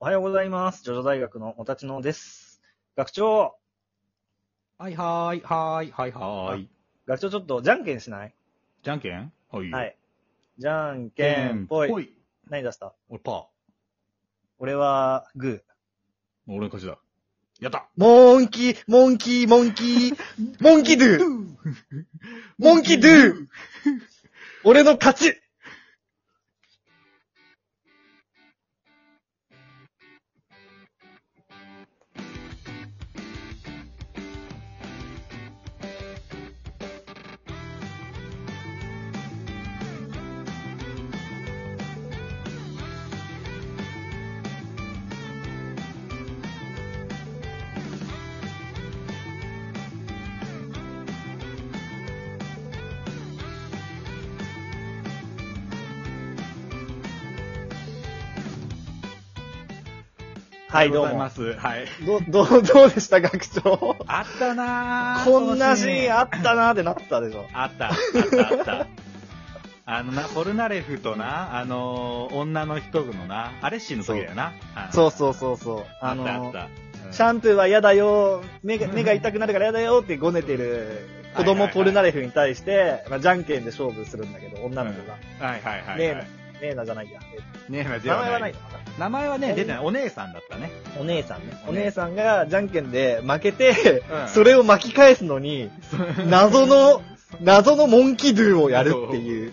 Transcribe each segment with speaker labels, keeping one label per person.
Speaker 1: おはようございます。ジョジョ大学のおたちのです。学長、
Speaker 2: はいはーい、はーい、はいはーい。
Speaker 1: 学長ちょっとじゃんけんしない
Speaker 2: じゃんけんはい。。
Speaker 1: はいい。じゃんけんぽい。
Speaker 2: い。
Speaker 1: 何出した
Speaker 2: 俺パー。
Speaker 1: 俺はグ
Speaker 2: 俺の勝ちだ。やった
Speaker 1: ー。モンキー、モンキー、モンキ ー、モンキードゥモンキードゥ俺の勝ちはい、どう
Speaker 2: ありが
Speaker 1: も。
Speaker 2: とございます。はい。
Speaker 1: ど、どう、どうでした、学長
Speaker 2: あったなー
Speaker 1: こんなシーン
Speaker 2: あ
Speaker 1: あったなーってなったでしょ。
Speaker 2: あった、あった、あった。あのな、ポルナレフとな、あのー女の人のな、アレッシーの時だよな。はい
Speaker 1: そうそうそうそう。
Speaker 2: あ
Speaker 1: あ
Speaker 2: っ
Speaker 1: の
Speaker 2: た、あ
Speaker 1: ー
Speaker 2: った。うん
Speaker 1: シャンプーは嫌だよ、目が目が痛くなるから嫌だよってごねてる子供ポルナレフに対して、まあ、じゃんけんで勝負するんだけど、女の子が。
Speaker 2: はいはいはい、はい。
Speaker 1: ねえな、ねえなじゃないや。
Speaker 2: ねえな
Speaker 1: 名前はない。
Speaker 2: 名前はね、出てない。お姉さん だったね。
Speaker 1: お姉さんね。お姉さんがじゃんけんで負けて、
Speaker 2: うん
Speaker 1: それを巻き返すのに、謎の、謎のモンキドゥをやるっていう。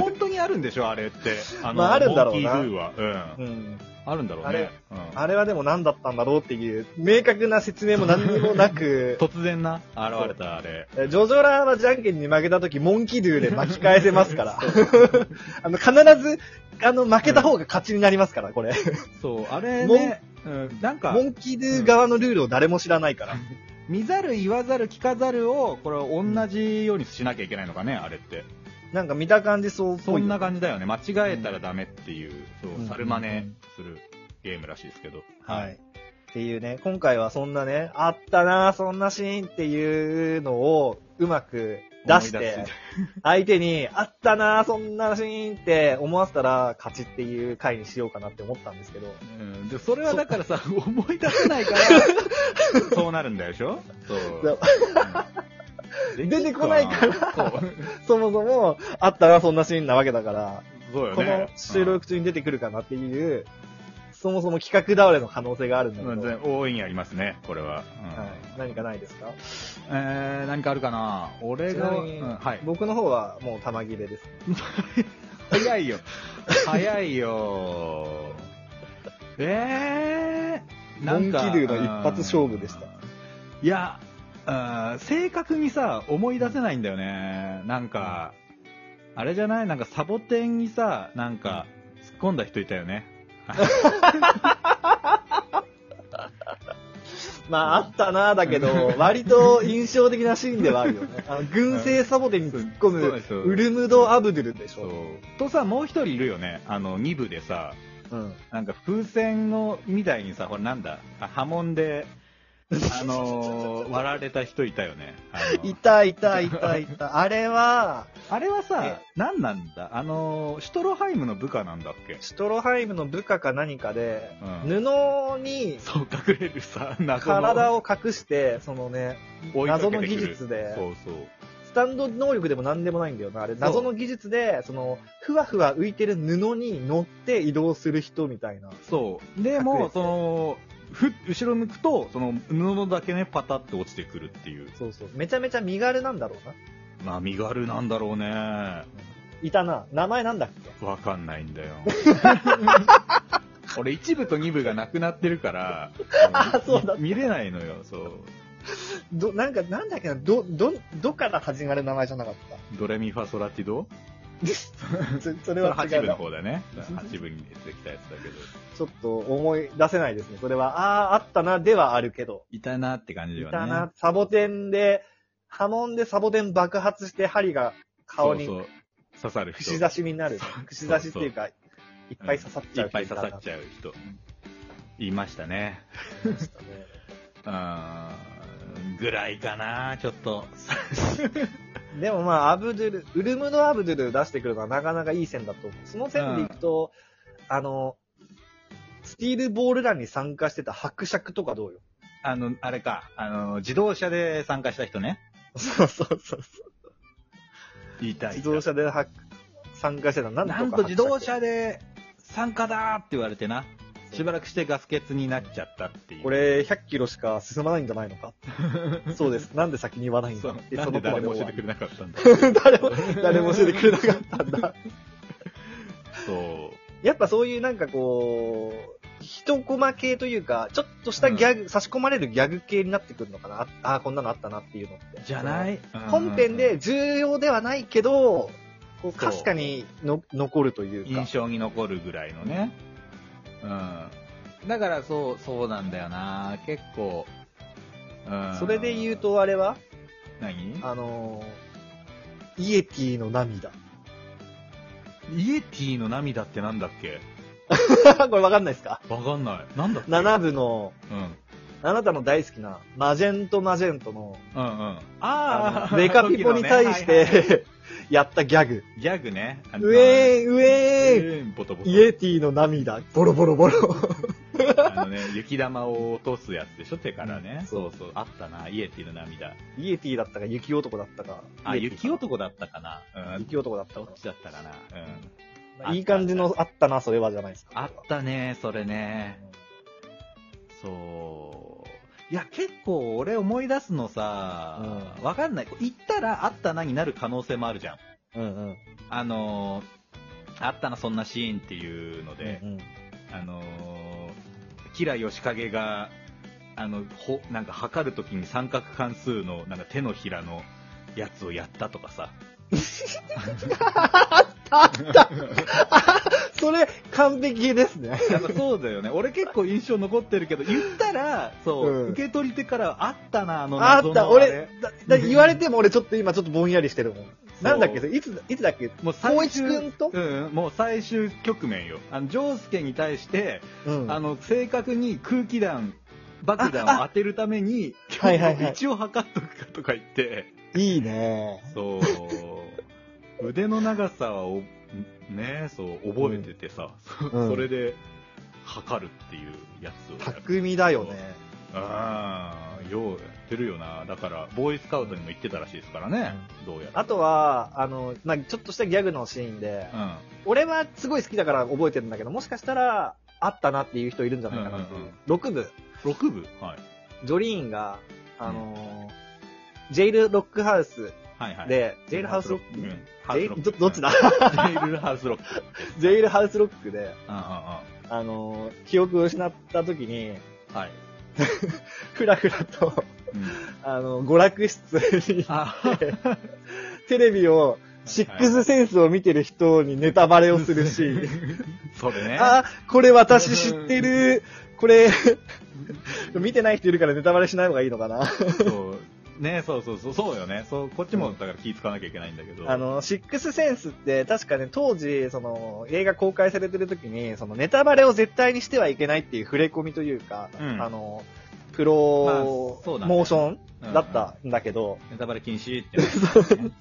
Speaker 2: 本当にあるんでしょ、あれって。あ
Speaker 1: まああるんだろうな
Speaker 2: モンキードゥは。うん
Speaker 1: う。ん、
Speaker 2: あるんだろう
Speaker 1: あれ
Speaker 2: ね。うん
Speaker 1: あれはでも何だったんだろうっていう、明確な説明も何にもな く、
Speaker 2: 突然な、現れたあれ。
Speaker 1: ジョジョラーはじゃんけんに負けた時、モンキドゥで巻き返せますから。 あの、必ず、あの、負けた方が勝ちになりますから、これ。
Speaker 2: そう、あれね、うん、なん か
Speaker 1: モ、ンキドゥ側のルールを誰も知らないから。
Speaker 2: 見ざる言わざる聞かざるを、これ同じようにしなきゃいけないのかね、あれって。
Speaker 1: なんか見た感じそうっぽ
Speaker 2: そ
Speaker 1: い。
Speaker 2: んな感じだよね。間違えたらダメっていう、
Speaker 1: う
Speaker 2: そ
Speaker 1: ん
Speaker 2: う、猿真似するゲームらしいですけど。
Speaker 1: はい。。っていうね、今回はそんなね、あったなぁそんなシーンっていうのをうまく出し
Speaker 2: 思
Speaker 1: て
Speaker 2: い出す、
Speaker 1: 相手に、あったなぁそんなシーンって思わせたら勝ちっていう回にしようかなって思ったんですけど。
Speaker 2: うん、で、それはだからさ、思い出せないから、 そうなるんだでしょそう
Speaker 1: そう。
Speaker 2: うん。
Speaker 1: 出てこないから
Speaker 2: そう。
Speaker 1: そもそも、あったな、そんなシーンなわけだから、
Speaker 2: そうよ
Speaker 1: この
Speaker 2: ね。
Speaker 1: 収録中に出てくるかなっていう、そもそも企画倒れの可能性があるんだけ
Speaker 2: う
Speaker 1: ど、
Speaker 2: ん
Speaker 1: はい、
Speaker 2: 大いにありますね、これは。うん
Speaker 1: 何かないですか
Speaker 2: えー、何かあるかな俺
Speaker 1: ちな
Speaker 2: が、
Speaker 1: みに
Speaker 2: うんはい。
Speaker 1: 僕の方はもう玉切れです。
Speaker 2: 早 いよ。早いよ。えー、
Speaker 1: モンキードゥの一発勝負でした。
Speaker 2: いや、うん正確にさ、思い出せないんだよね。なんか、あれじゃないなんかサボテンにさ、なんか、突っ込んだ人いたよね。
Speaker 1: まあ、あったなだけど、割と印象的なシーンではあるよ ね。あの、軍政サボテンに突っ込
Speaker 2: そうで
Speaker 1: む、
Speaker 2: すよ
Speaker 1: ウルムド・アブドゥルでし
Speaker 2: そう
Speaker 1: ょ。。
Speaker 2: とさ、もう一人いるよね。あの、二部でさ、
Speaker 1: うん。
Speaker 2: なんか風船のみたいにさ、これなんだ、あ波紋で、あ のー割られた人いたよね。あの
Speaker 1: いたいたいたいた。 あれは、
Speaker 2: あれはさ、何なんだあのーシュトロハイムの部下なんだっけ
Speaker 1: シュトロハイムの部下か何かで、
Speaker 2: うん
Speaker 1: 布に
Speaker 2: そう、隠れる さ、謎の
Speaker 1: 体を隠して、そのね、
Speaker 2: 追いかけ
Speaker 1: 謎
Speaker 2: て
Speaker 1: の
Speaker 2: くる
Speaker 1: 技術で、
Speaker 2: そうそう。
Speaker 1: スタンド能力でも何でもないんだよな。あれ、謎の技術で、その、ふわふわ浮いてる布に乗って移動する人みたいな。
Speaker 2: そう。で
Speaker 1: 隠れ
Speaker 2: も、
Speaker 1: て
Speaker 2: その、ふ、後ろ向くと、その、布だけね、パタって落ちてくるっていう。
Speaker 1: そうそう。めちゃめちゃ身軽なんだろうな。
Speaker 2: まあ、身軽なんだろうね。
Speaker 1: いたな。名前なんだっけ
Speaker 2: わかんないん だよ。俺、一部と二部がなくなってるから、
Speaker 1: あそうだ
Speaker 2: み見れないのよ、そう。
Speaker 1: ど、なんか、なんだっけな、ど、ど、どから始まる名前じゃなかっ
Speaker 2: ドレミファソラティド
Speaker 1: た。そそ
Speaker 2: そ
Speaker 1: れは違
Speaker 2: 8部
Speaker 1: う
Speaker 2: の
Speaker 1: な。
Speaker 2: 方だね。8部に出てきたやつだけど。
Speaker 1: ちょっと思い出せないですね。それは、ああー、あったな、ではあるけど。
Speaker 2: いたなって感じ
Speaker 1: い
Speaker 2: よね。
Speaker 1: たな、サボテンで、波紋でサボテン爆発して針が顔に
Speaker 2: そうそう刺さる人。
Speaker 1: 串刺しになる。串刺しっていうか、いっぱい刺さっちゃう
Speaker 2: いっぱい刺さっちゃう人。いましたね。
Speaker 1: ゃう。
Speaker 2: うーん、ぐらいかな、ちょっ と。
Speaker 1: でもまあ、アブドゥル、ウルムのアブドゥル出してくるのはなかなかいい線だと思う。その線でいくと、あの、スティールボールランに参加してた伯爵とかどうよ。
Speaker 2: あの、あれか、あの、自動車で参加した人ね。
Speaker 1: そうそうそう。
Speaker 2: いたいた
Speaker 1: 自動車では参加してた。なんと
Speaker 2: な
Speaker 1: か
Speaker 2: んと自動
Speaker 1: 伯爵
Speaker 2: 車で参加だーって言われてな。しばらくしてガス欠になっちゃったっていう。
Speaker 1: これ100キロしか進まないんじゃないのか。そうです。なんで先に言わないん
Speaker 2: そ
Speaker 1: だ
Speaker 2: う
Speaker 1: って、
Speaker 2: なんで誰も教えてく
Speaker 1: れ
Speaker 2: れな かったんだ。
Speaker 1: 誰も、誰も教えてくれなかったんだ。
Speaker 2: そう。
Speaker 1: やっぱそういうなんかこう、一コマ系というか、ちょっとしたギャグ、差し込まれるギャグ系になってくるのかな。ああ、こんなのあったなっていうのって。
Speaker 2: じゃない
Speaker 1: 本編で重要ではないけど、こう
Speaker 2: そう
Speaker 1: かすかにの残るというか
Speaker 2: 印。象に残るぐらいのね。うん。だからそう、そうなんだよな結構。うん
Speaker 1: それで言う、とあれは
Speaker 2: 何
Speaker 1: あのー、イエティの涙。
Speaker 2: イエティの涙ってなんだっけ
Speaker 1: これわかんないですか
Speaker 2: わかんない。なんだっけ
Speaker 1: ?7 部の、
Speaker 2: うん。うん
Speaker 1: あなたの大好きな、マジェントマジェントの、
Speaker 2: うん。あ
Speaker 1: あ
Speaker 2: あ
Speaker 1: の、デカピポに対し、
Speaker 2: 時のねはいはい
Speaker 1: て、 やったギャグ。
Speaker 2: ギャグね。あの
Speaker 1: うえー、う
Speaker 2: う
Speaker 1: えー、
Speaker 2: えーボトボト。
Speaker 1: イエティの涙、ボロボロボロ。
Speaker 2: あのね、雪玉を落とすやつでしょ、手からね。
Speaker 1: そ
Speaker 2: そううそう、あったな、イエティの涙。
Speaker 1: イエティだったか、雪男だったか。
Speaker 2: あ、
Speaker 1: イエティか
Speaker 2: 雪男だったかな。うん。
Speaker 1: 雪男だった
Speaker 2: ど
Speaker 1: か
Speaker 2: っ。ちだったかな。うん。
Speaker 1: まあいい感じのあったな、それはじゃないですか。
Speaker 2: あったね、それね。そう。いや、結構俺思い出すのさ、わかんない。行ったらあったなになる可能性もあるじゃん。
Speaker 1: うんうん。
Speaker 2: あのー、あったな、そんなシーンっていうので
Speaker 1: う、ん
Speaker 2: あのー、キラヨシカゲが、あの、ほ、なんか測るときに三角関数の、なんか手のひらのやつをやったとかさ。
Speaker 1: それ、完璧ですね。
Speaker 2: やっぱそうだよね。俺結構印象残ってるけど、言ったら、そう、
Speaker 1: うん
Speaker 2: 受け取り手からあったな、あの
Speaker 1: あ
Speaker 2: 謎
Speaker 1: っ
Speaker 2: の
Speaker 1: た、
Speaker 2: あれ
Speaker 1: 俺、だだ言われても俺ちょっと今ちょっとぼんやりしてるもん。
Speaker 2: う
Speaker 1: なんだっけ、それいつ、いつだっけ
Speaker 2: もう
Speaker 1: 光
Speaker 2: 最
Speaker 1: 一
Speaker 2: 終、
Speaker 1: くんと
Speaker 2: うんうん、もう最終局面よ。あの、ジョースケに対して、
Speaker 1: うん
Speaker 2: あの、正確に空気弾、爆弾を当てるために、
Speaker 1: はいはいはい
Speaker 2: 一応測っとくかとか言って、
Speaker 1: いいね。
Speaker 2: そう。腕の長さはお、ね、そう、覚えててさ、
Speaker 1: うん
Speaker 2: それで、測るっていうやつをやる。
Speaker 1: 匠だよね。
Speaker 2: ああ、ようやってるよな。だから、ボーイスカウトにも行ってたらしいですからね、どうやら。
Speaker 1: あとは、あの、まあ、ちょっとしたギャグのシーンで、
Speaker 2: うん。
Speaker 1: 俺はすごい好きだから覚えてるんだけど、もしかしたら、あったなっていう人いるんじゃないかなっていう
Speaker 2: うんうんうん。
Speaker 1: 6部、
Speaker 2: 6部はい。
Speaker 1: ジョリーンが、あのー、ジェイルロックハウス
Speaker 2: はいはい。
Speaker 1: で、ジェイルハウスロック、
Speaker 2: う
Speaker 1: ジ
Speaker 2: んハウスロ
Speaker 1: ェ
Speaker 2: ック
Speaker 1: イどどっちだ
Speaker 2: ジェイルハウスロック。
Speaker 1: ジェイルハウスロックで、
Speaker 2: うんうんう
Speaker 1: あのー、記憶を失った時に、
Speaker 2: ん。はい。
Speaker 1: ふらふらと、
Speaker 2: うん、
Speaker 1: あの、娯楽室に
Speaker 2: あ
Speaker 1: 行って、テレビを、シックスセンスを見てる人にネタバレをするシーン。
Speaker 2: それね。
Speaker 1: あ、これ私知ってる。これ、 見てない人いるからネタバレしない方がいいのかな。
Speaker 2: そう。ね、そうそうそう、そうよね。そう、こっちも、
Speaker 1: うん
Speaker 2: だから気使わなきゃいけないんだけど。
Speaker 1: あ、の、シックスセンスって確かね、当時、その、映画公開されてる時に、そのネタバレを絶対にしてはいけないっていう触れ込みというか、
Speaker 2: うん
Speaker 1: あの、プロ
Speaker 2: まあそうだね
Speaker 1: モーションだったんだけど、
Speaker 2: ネタバレ禁止ってね。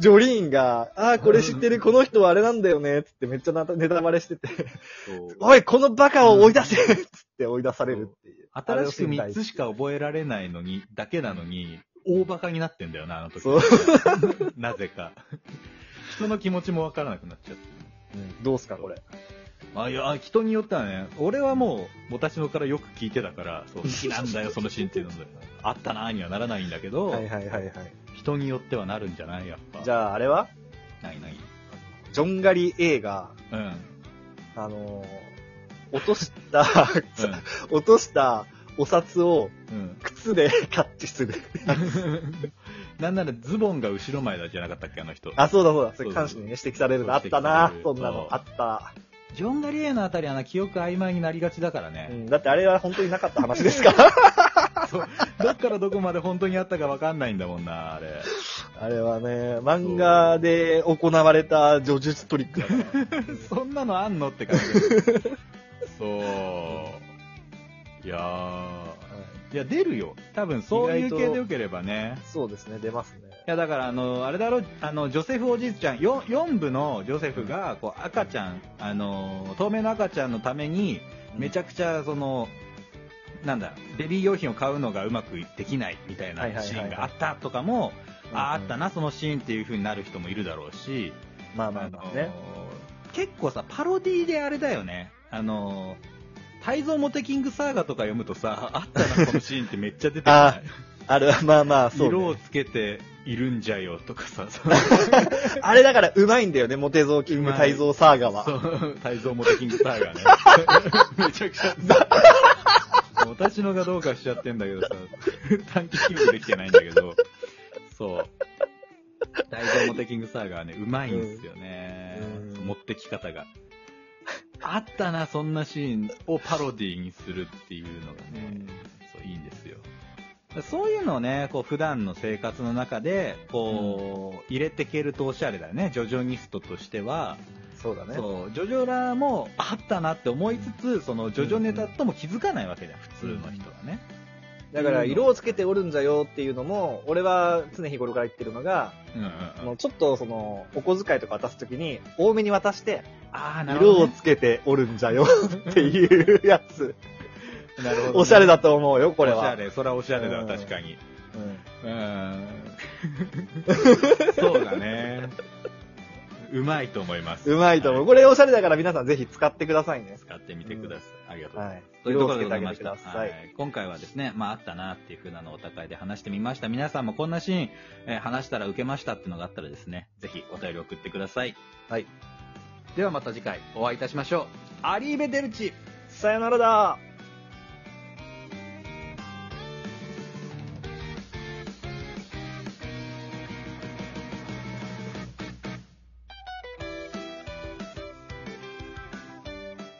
Speaker 1: ジョリーンが、ああ、これ知ってる、この人はあれなんだよね、つってめっちゃなネタバレしてて、
Speaker 2: そう
Speaker 1: おい、このバカを追い出せつって追い出されるっていう。
Speaker 2: 新しく3つしか覚えられないのに、だけなのに、大バカになってんだよな、あの時。
Speaker 1: そう。
Speaker 2: なぜか。人の気持ちもわからなくなっちゃって。
Speaker 1: どうすか、これ。
Speaker 2: あ、いや、人によってはね、俺はもう、私のからよく聞いてたから、そう、好きな んだよ、そのシーンっていうので。あったなーにはならないんだけど、
Speaker 1: はいはいはいはい。
Speaker 2: 人によってはなるんじゃないやっぱ。
Speaker 1: じゃあ、あれは
Speaker 2: ないない。
Speaker 1: ジョンガリ映画、
Speaker 2: うん。うん。
Speaker 1: あのー落と した、落としたお札を
Speaker 2: うん。
Speaker 1: 靴でキャッチする。
Speaker 2: なんならズボンが後ろ前だじゃなかったっけ、あの人。
Speaker 1: あ、そうだそうだ。そ
Speaker 2: そう
Speaker 1: れ
Speaker 2: そう
Speaker 1: 監視にね、指摘されるのあった
Speaker 2: 指摘
Speaker 1: な
Speaker 2: され。る
Speaker 1: そんなの
Speaker 2: う。ん
Speaker 1: あった。
Speaker 2: ジョン・ガリエーのあたりはな、記憶曖昧になりがちだから
Speaker 1: う
Speaker 2: ね。
Speaker 1: ん。だってあれは本当になかった話です から。
Speaker 2: そうどっからどこまで本当にあったかわかんないんだもんな、あれ。
Speaker 1: あれはね、漫画で行われた叙述トリックだから。
Speaker 2: そんなのあんのって感じ。そう。いやー。いや、出るよ。多分、そうい
Speaker 1: 意
Speaker 2: う
Speaker 1: 外と
Speaker 2: 系でよければね。
Speaker 1: そうですね、出ますね。
Speaker 2: いや、だから、あの、あれだろ、あの、ジョセフおじいちゃん、4, 四部のジョセフが、こう、赤ちゃん、あの、透明の赤ちゃんのために、めちゃくちゃそのなんだベビー用品を買うのがうまくできないみたいな
Speaker 1: はいはいはい
Speaker 2: シ
Speaker 1: はい
Speaker 2: ーンがあったとかも、
Speaker 1: うん
Speaker 2: あああったなそのシーンっていう風になる人もいるだろうし、
Speaker 1: まあまあまあね。
Speaker 2: ー結構さパロディであれだよねあのー泰造モテキングサーガとか読むとさあったなこのシーンってめっちゃ出てく
Speaker 1: あ
Speaker 2: な
Speaker 1: ある、まあまあ、
Speaker 2: い
Speaker 1: そう、
Speaker 2: 色を
Speaker 1: ね。
Speaker 2: つけているんじゃよとかさ
Speaker 1: あれだから、うまいんだよね、モテゾーキング、タイゾーサーガ
Speaker 2: そ
Speaker 1: は。
Speaker 2: う、泰造モテキングタイガー ね。めちゃくちゃ。もう立ちのがどうかしちゃってんだけどさ、短期記憶できてないんだけど、そう。泰造モテキングサーガーね、うまいんですよね
Speaker 1: うん。
Speaker 2: 持ってき方が。あったな、そんなシーンをパロディにするっていうのがね、そういいんですよ。そういうのをね、こう普段の生活の中で、こう、入れていけるとおしゃれだよね。ジョジョニストとしては、
Speaker 1: そうだね。
Speaker 2: そう、ジョジョラもあったなって思いつつ、そのジョジョネタとも気づかないわけじゃん、普通の人はね。
Speaker 1: だから、色をつけておるんじゃよっていうのも、俺は常日頃から言ってるのが、
Speaker 2: うんうん
Speaker 1: あ
Speaker 2: うん。
Speaker 1: のちょっとその、お小遣いとか渡すときに、多めに渡して、
Speaker 2: ああ、なるほ
Speaker 1: 色
Speaker 2: ど、
Speaker 1: を
Speaker 2: ね。
Speaker 1: つけておるんじゃよっていうやつ。
Speaker 2: なるほどね
Speaker 1: おしゃれだと思うよ、これは。
Speaker 2: おしゃれ、それはおしゃれだわ、
Speaker 1: うん
Speaker 2: 確かに。
Speaker 1: うん
Speaker 2: うん。そうだね。うまいと思います。
Speaker 1: うまいと思う。
Speaker 2: は
Speaker 1: これおしゃれだから皆さんぜひ使ってくださいね
Speaker 2: い。使ってみてください。ありがとうございます。
Speaker 1: はい。
Speaker 2: という
Speaker 1: 色
Speaker 2: と
Speaker 1: を
Speaker 2: ころ
Speaker 1: つ
Speaker 2: で
Speaker 1: けて
Speaker 2: ござ
Speaker 1: あげ
Speaker 2: いま
Speaker 1: て
Speaker 2: し
Speaker 1: く
Speaker 2: た。
Speaker 1: ださ。
Speaker 2: はいい、今回はですね、まああったなっていう風なのをお互いで話してみました。皆さんもこんなシーン、えー話したら受けましたっていうのがあったらですね、ぜひお便り送ってください。
Speaker 1: はい。
Speaker 2: ではまた次回お会いいたしましょう。アリーベデルチ
Speaker 1: さよならだ